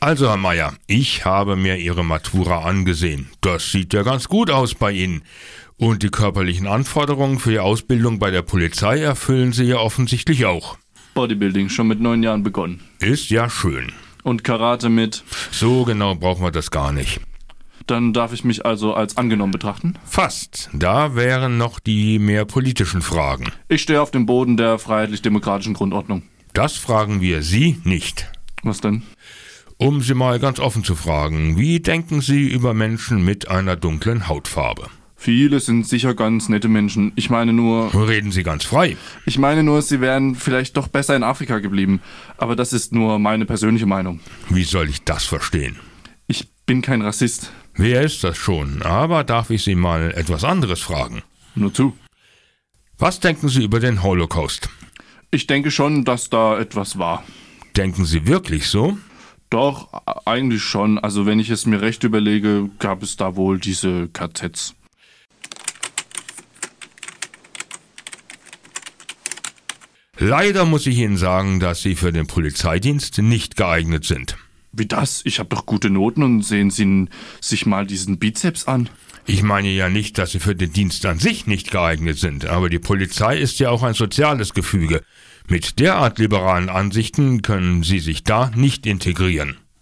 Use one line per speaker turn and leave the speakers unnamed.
Also, Herr Meier, ich habe mir Ihre Matura angesehen. Das sieht ja ganz gut aus bei Ihnen. Und die körperlichen Anforderungen für die Ausbildung bei der Polizei erfüllen Sie ja offensichtlich auch.
Bodybuilding schon mit neun Jahren begonnen.
Ist ja schön.
Und Karate mit.
So genau brauchen wir das gar nicht.
Dann darf ich mich also als angenommen betrachten.
Fast. Da wären noch die mehr politischen Fragen.
Ich stehe auf dem Boden der freiheitlich-demokratischen Grundordnung.
Das fragen wir Sie nicht.
Was denn?
Um Sie mal ganz offen zu fragen, wie denken Sie über Menschen mit einer dunklen Hautfarbe?
Viele sind sicher ganz nette Menschen. Ich meine nur,
Reden Sie ganz frei.
ich meine nur, sie wären vielleicht doch besser in Afrika geblieben. Aber das ist nur meine persönliche Meinung.
Wie soll ich das verstehen?
Ich bin kein Rassist.
Wer ist das schon? Aber darf ich Sie mal etwas anderes fragen?
Nur zu.
Was denken Sie über den Holocaust?
Ich denke schon, dass da etwas war.
Denken Sie wirklich so?
Doch, a- eigentlich schon. Also wenn ich es mir recht überlege, gab es da wohl diese KZs.
Leider muss ich Ihnen sagen, dass Sie für den Polizeidienst nicht geeignet sind.
Wie das? Ich habe doch gute Noten und sehen Sie n- sich mal diesen Bizeps an.
Ich meine ja nicht, dass Sie für den Dienst an sich nicht geeignet sind, aber die Polizei ist ja auch ein soziales Gefüge. Mit derart liberalen Ansichten können Sie sich da nicht integrieren.